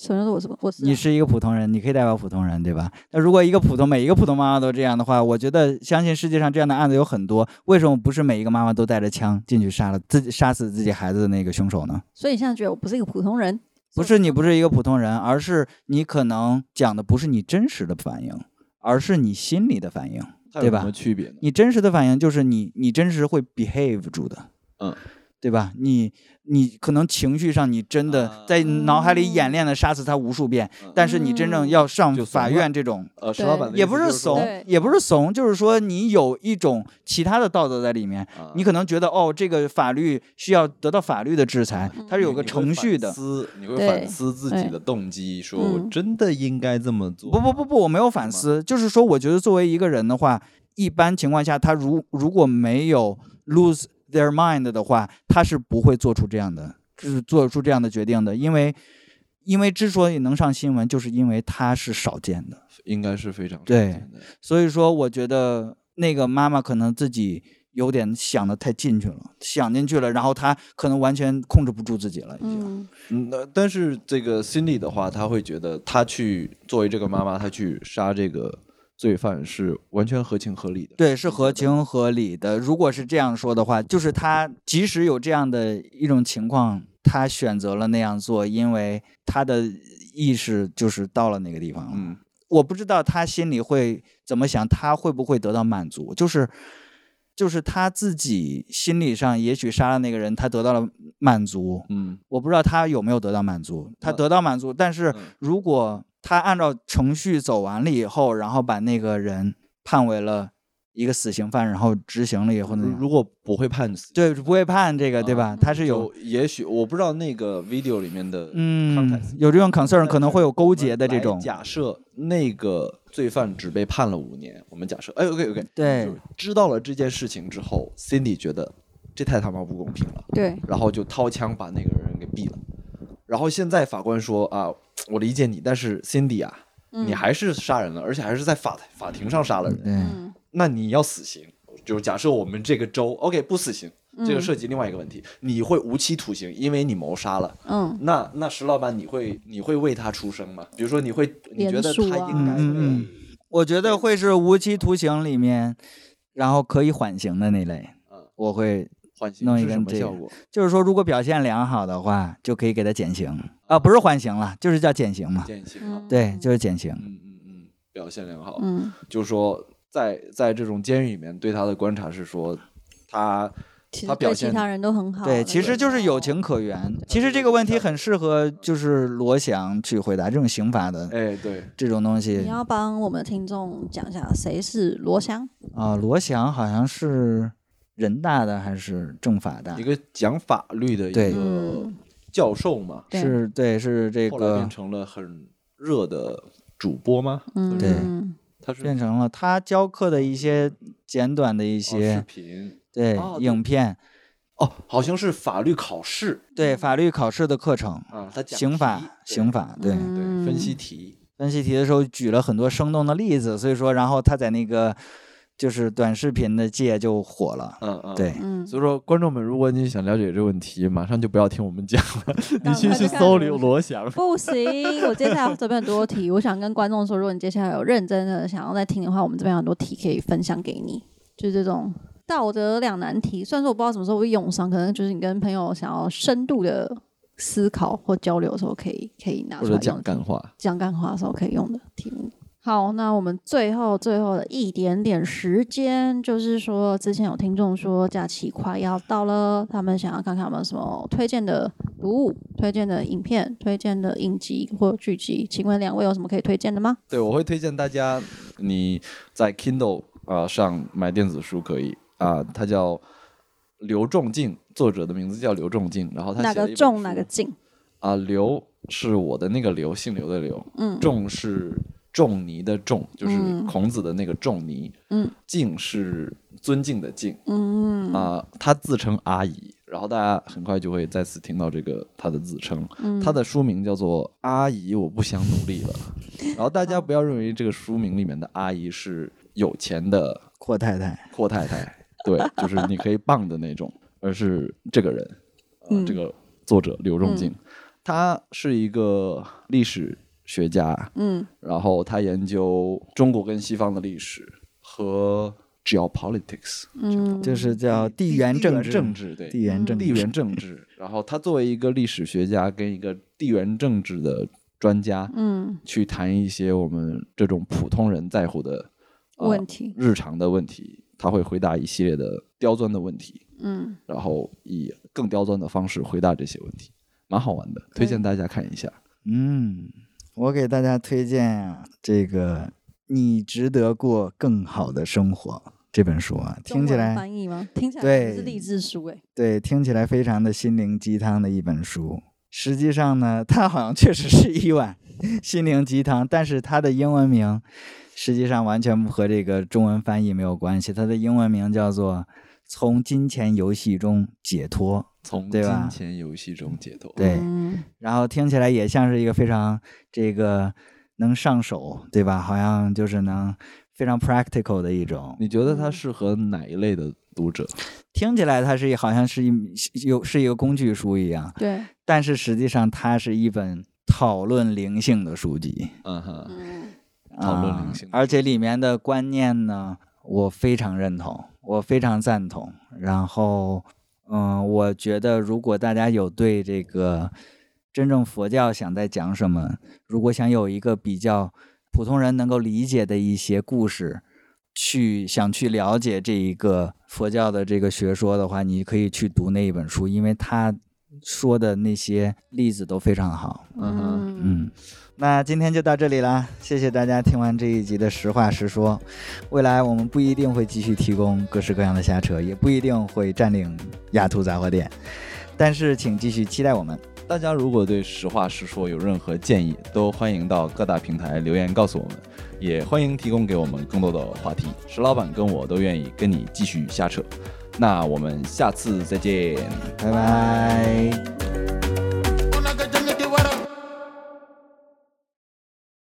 Speaker 4: 首先说我是我是啊、
Speaker 2: 你是一个普通人，你可以代表普通人，对吧？那如果一个普通每一个普通妈妈都这样的话，我觉得相信世界上这样的案子有很多。为什么不是每一个妈妈都带着枪进去杀了自己杀死自己孩子的那个凶手呢？
Speaker 4: 所以你现在觉得我不是一个普通人？
Speaker 2: 不是你不是一个普通人，而是你可能讲的不是你真实的反应，而是你心里的反应。
Speaker 3: 它
Speaker 2: 对
Speaker 3: 有
Speaker 2: 吧
Speaker 3: 什么区别呢？
Speaker 2: 你真实的反应就是你你真实会 behave 住的，
Speaker 3: 嗯，
Speaker 2: 对吧？你你可能情绪上你真的在脑海里演练了杀死他无数遍，
Speaker 3: 啊嗯
Speaker 2: 但是你真正要上法院这种。
Speaker 3: 呃，石
Speaker 4: 对
Speaker 3: 老板的
Speaker 2: 也
Speaker 3: 意思
Speaker 2: 不是
Speaker 3: 就是说
Speaker 2: 怂
Speaker 4: 对，
Speaker 2: 也不是怂，就是说你有一种其他的道德在里面，
Speaker 3: 啊
Speaker 2: 你可能觉得哦，这个法律需要得到法律的制裁，它是有个程序的。
Speaker 3: 思你会
Speaker 4: 对
Speaker 3: 反思自己
Speaker 4: 对
Speaker 3: 的动机，说我
Speaker 4: 嗯
Speaker 3: 真的应该这么做。
Speaker 2: 不不不不，我没有反思，就是说，我觉得作为一个人的话，一般情况下，他如如果没有 lose their mind 的话，他是不会做出这样的，就是做出这样的决定的，因为。因为之所以能上新闻，就是因为它是少见的，
Speaker 3: 应该是非常
Speaker 2: 对
Speaker 3: 常见的
Speaker 2: 所以说我觉得那个妈妈可能自己有点想的太进去了，想进去了，然后她可能完全控制不住自己了，已经。
Speaker 4: 嗯，
Speaker 3: 嗯，那但是这个 Cindy 的话，她会觉得她去作为这个妈妈，她去杀这个罪犯是完全合情合理的。
Speaker 2: 对，是合情合理的。如果是这样说的话，就是他即使有这样的一种情况，他选择了那样做，因为他的意识就是到了那个地方了。
Speaker 3: 嗯，
Speaker 2: 我不知道他心里会怎么想，他会不会得到满足？就是，就是他自己心理上，也许杀了那个人，他得到了满足。
Speaker 3: 嗯
Speaker 2: 我不知道他有没有得到满足，他
Speaker 3: 嗯
Speaker 2: 得到满足，但是
Speaker 3: 嗯
Speaker 2: 如果他按照程序走完了以后，然后把那个人判为了一个死刑犯，然后执行了以后
Speaker 3: 如啊
Speaker 2: 呢，
Speaker 3: 如果不会判死，
Speaker 2: 对，不会判这个，对吧？他是有
Speaker 3: 有也许我不知道那个 video 里面的
Speaker 2: 嗯
Speaker 3: context
Speaker 2: 有这种 concern，
Speaker 3: 但
Speaker 2: 可能
Speaker 3: 是
Speaker 2: 会有
Speaker 3: 我
Speaker 2: 勾
Speaker 3: 们
Speaker 2: 结的这
Speaker 3: 来
Speaker 2: 种，
Speaker 3: 假设那个罪犯只被判了五年，我们假设，哎，OK OK，
Speaker 2: 对，
Speaker 3: 知道了这件事情之后，Cindy 觉得这太他妈不公平了，
Speaker 4: 对，
Speaker 3: 然后就掏枪把那个人给毙了。然后现在法官说啊，我理解你，但是 Cindy 啊，你还是杀人了，而且还是在法法庭上杀了人，
Speaker 2: 对，
Speaker 4: 嗯
Speaker 3: 那你要死刑。就假设我们这个州 OK 不死刑，这
Speaker 4: 嗯
Speaker 3: 个涉及另外一个问题，你会无期徒刑，因为你谋杀了。
Speaker 4: 嗯
Speaker 3: 那那石老板，你会你会为他出声吗？比如说，你会你觉得
Speaker 4: 连署
Speaker 3: 他
Speaker 4: 啊
Speaker 3: 应该
Speaker 2: 嗯嗯
Speaker 3: 会
Speaker 2: 我觉得会是无期徒刑里面，然后可以缓刑的那类
Speaker 3: 嗯，
Speaker 2: 我会
Speaker 3: 缓刑
Speaker 2: 弄一
Speaker 3: 是
Speaker 2: 根
Speaker 3: 什么
Speaker 2: 这个
Speaker 3: 效果？
Speaker 2: 就是说，如果表现良好的话，就可以给他减刑啊，不是缓刑了，就是叫减刑嘛，
Speaker 3: 减刑啊
Speaker 4: 嗯，
Speaker 2: 对，就是减刑。
Speaker 3: 嗯嗯嗯，表现良好，
Speaker 4: 嗯
Speaker 3: 就说在在这种监狱里面对他的观察是说，他
Speaker 4: 其
Speaker 3: 他
Speaker 4: 实
Speaker 3: 表
Speaker 4: 对其
Speaker 3: 现
Speaker 4: 他人都很好了。
Speaker 2: 对，其实就是哦有情可原。其实这个问题很适合就是罗翔去回答这种刑法的
Speaker 3: 哎对，
Speaker 2: 这种东
Speaker 4: 你
Speaker 2: 西
Speaker 4: 要帮我们听众讲一下谁是罗翔？
Speaker 2: 啊。罗翔好像是人大的还是政法大
Speaker 3: 一？个讲法律的一
Speaker 2: 对
Speaker 3: 个
Speaker 4: 嗯，
Speaker 3: 教授嘛，
Speaker 4: 对
Speaker 2: 是，对，是这
Speaker 3: 后来
Speaker 2: 个
Speaker 3: 变成了很热的主播吗？
Speaker 4: 嗯，
Speaker 2: 对
Speaker 3: 他是
Speaker 2: 变成了他教课的一些简短的一
Speaker 3: 哦视
Speaker 2: 些
Speaker 3: 频
Speaker 2: 对
Speaker 3: 哦对
Speaker 2: 影片，
Speaker 3: 哦，好像是法律考试
Speaker 2: 对法律考试的课程，
Speaker 3: 啊，他讲
Speaker 2: 刑
Speaker 3: 题
Speaker 2: 法刑，法对。
Speaker 3: 对对，
Speaker 4: 嗯
Speaker 3: 分析题，
Speaker 2: 分析题的时候举了很多生动的例子，所以说，然后他在那个就是短视频的界就火了。
Speaker 3: 嗯嗯，。
Speaker 2: 对，
Speaker 4: 嗯，
Speaker 3: 所以说，观众们，如果你想了解这个问题，马上就不要听我们讲了，你
Speaker 4: 赶
Speaker 3: 去
Speaker 4: 快
Speaker 3: 去
Speaker 4: 去看
Speaker 3: 搜
Speaker 4: 罗
Speaker 3: 罗 罗翔。
Speaker 4: 不行，我接下来这边很多题，我想跟观众说，如果你接下来有认真的想要再听的话，我们这边有很多题可以分享给你，就是这种道德两难题。虽然说我不知道什么时候会用上，可能就是你跟朋友想要深度的思考或交流的时候，可以可以拿出
Speaker 3: 或
Speaker 4: 来
Speaker 3: 者讲
Speaker 4: 用
Speaker 3: 干话，
Speaker 4: 讲干话的时候可以用的题目。好，那我们最后最后的一点点时间，就是说，之前有听众说假期快要到了，他们想要看看有没有什么推荐的读物、推荐的影片、推荐的影集或剧集，请问两位有什么可以推荐的吗？
Speaker 3: 对我会推荐大家，你在 Kindle 啊、上买电子书可以啊、它叫刘仲敬，作者的名字叫刘仲敬，然后他
Speaker 4: 哪
Speaker 3: 写了
Speaker 4: 个
Speaker 3: 一本
Speaker 4: 重
Speaker 3: 书
Speaker 4: 哪个静？
Speaker 3: 啊、刘是我的那个刘，姓刘的刘，
Speaker 4: 嗯
Speaker 3: 仲是仲尼的仲，就是
Speaker 4: 嗯
Speaker 3: 孔子的那个仲尼，
Speaker 4: 嗯，
Speaker 3: 敬是尊敬的敬，
Speaker 4: 嗯
Speaker 3: 啊、他自称阿姨，然后大家很快就会再次听到这个他的自称。
Speaker 4: 嗯
Speaker 3: 他的书名叫做《阿姨，我不想努力了》。 然后大家不要认为这个书名里面的阿姨是有钱的
Speaker 2: 阔太太，
Speaker 3: 阔太太，对，就是你可以傍的那种，而是这个人，呃
Speaker 4: 嗯
Speaker 3: 这个作者刘仲敬，他是一个历史学家，
Speaker 4: 嗯
Speaker 3: 然后他研究中国跟西方的历史和 geopolitics，
Speaker 4: 嗯，
Speaker 2: 就是叫地缘政治，
Speaker 3: 政治对
Speaker 2: 地缘政
Speaker 3: 地
Speaker 2: 治，
Speaker 3: 缘政治。然后他作为一个历史学家跟一个地缘政治的专家，
Speaker 4: 嗯
Speaker 3: 去谈一些我们这种普通人在乎的、呃
Speaker 4: 问题，
Speaker 3: 日常的问题，他会回答一系列的刁钻的问题，
Speaker 4: 嗯
Speaker 3: 然后以更刁钻的方式回答这些问题，蛮好玩的，推荐大家看一下。
Speaker 2: 嗯，我给大家推荐啊，这个你值得过更好的生活这本书啊，听起
Speaker 4: 中文
Speaker 2: 来
Speaker 4: 翻译吗？听起来
Speaker 2: 对
Speaker 4: 不是励志书哎，
Speaker 2: 对，听起来非常的心灵鸡汤的一本书。实际上呢，它好像确实是一碗 心灵鸡汤，但是它的英文名实际上完全不和这个中文翻译没有关系。它的英文名叫做《从金钱游戏中解脱》。
Speaker 3: 从
Speaker 2: 对吧
Speaker 3: 金钱游戏中解脱。
Speaker 2: 对
Speaker 4: 嗯
Speaker 2: 然后听起来也像是一个非常这个能上手，对吧？好像就是能非常 practical 的一种。
Speaker 3: 你觉得它适合哪一类的读者？
Speaker 2: 听起来它是一好像是一有是一个工具书一样，
Speaker 4: 对，
Speaker 2: 但是实际上它是一本讨论灵性的书籍，
Speaker 3: 嗯哼，
Speaker 4: 嗯
Speaker 3: 讨论灵
Speaker 2: 啊
Speaker 3: 性的
Speaker 2: 而且里面的观念呢，我非常认同，我非常赞同。然后，嗯，我觉得如果大家有对这个真正佛教想在讲什么，如果想有一个比较普通人能够理解的一些故事，去想去了解这一个佛教的这个学说的话，你可以去读那一本书，因为他说的那些例子都非常好。
Speaker 3: 嗯哼。
Speaker 2: 嗯，那今天就到这里啦，谢谢大家听完这一集的实话实说。未来我们不一定会继续提供各式各样的瞎扯，也不一定会占领雅图杂货店，但是请继续期待我们。
Speaker 3: 大家如果对实话实说有任何建议，都欢迎到各大平台留言告诉我们，也欢迎提供给我们更多的话题。石老板跟我都愿意跟你继续瞎扯，那我们下次再见。
Speaker 2: 拜拜。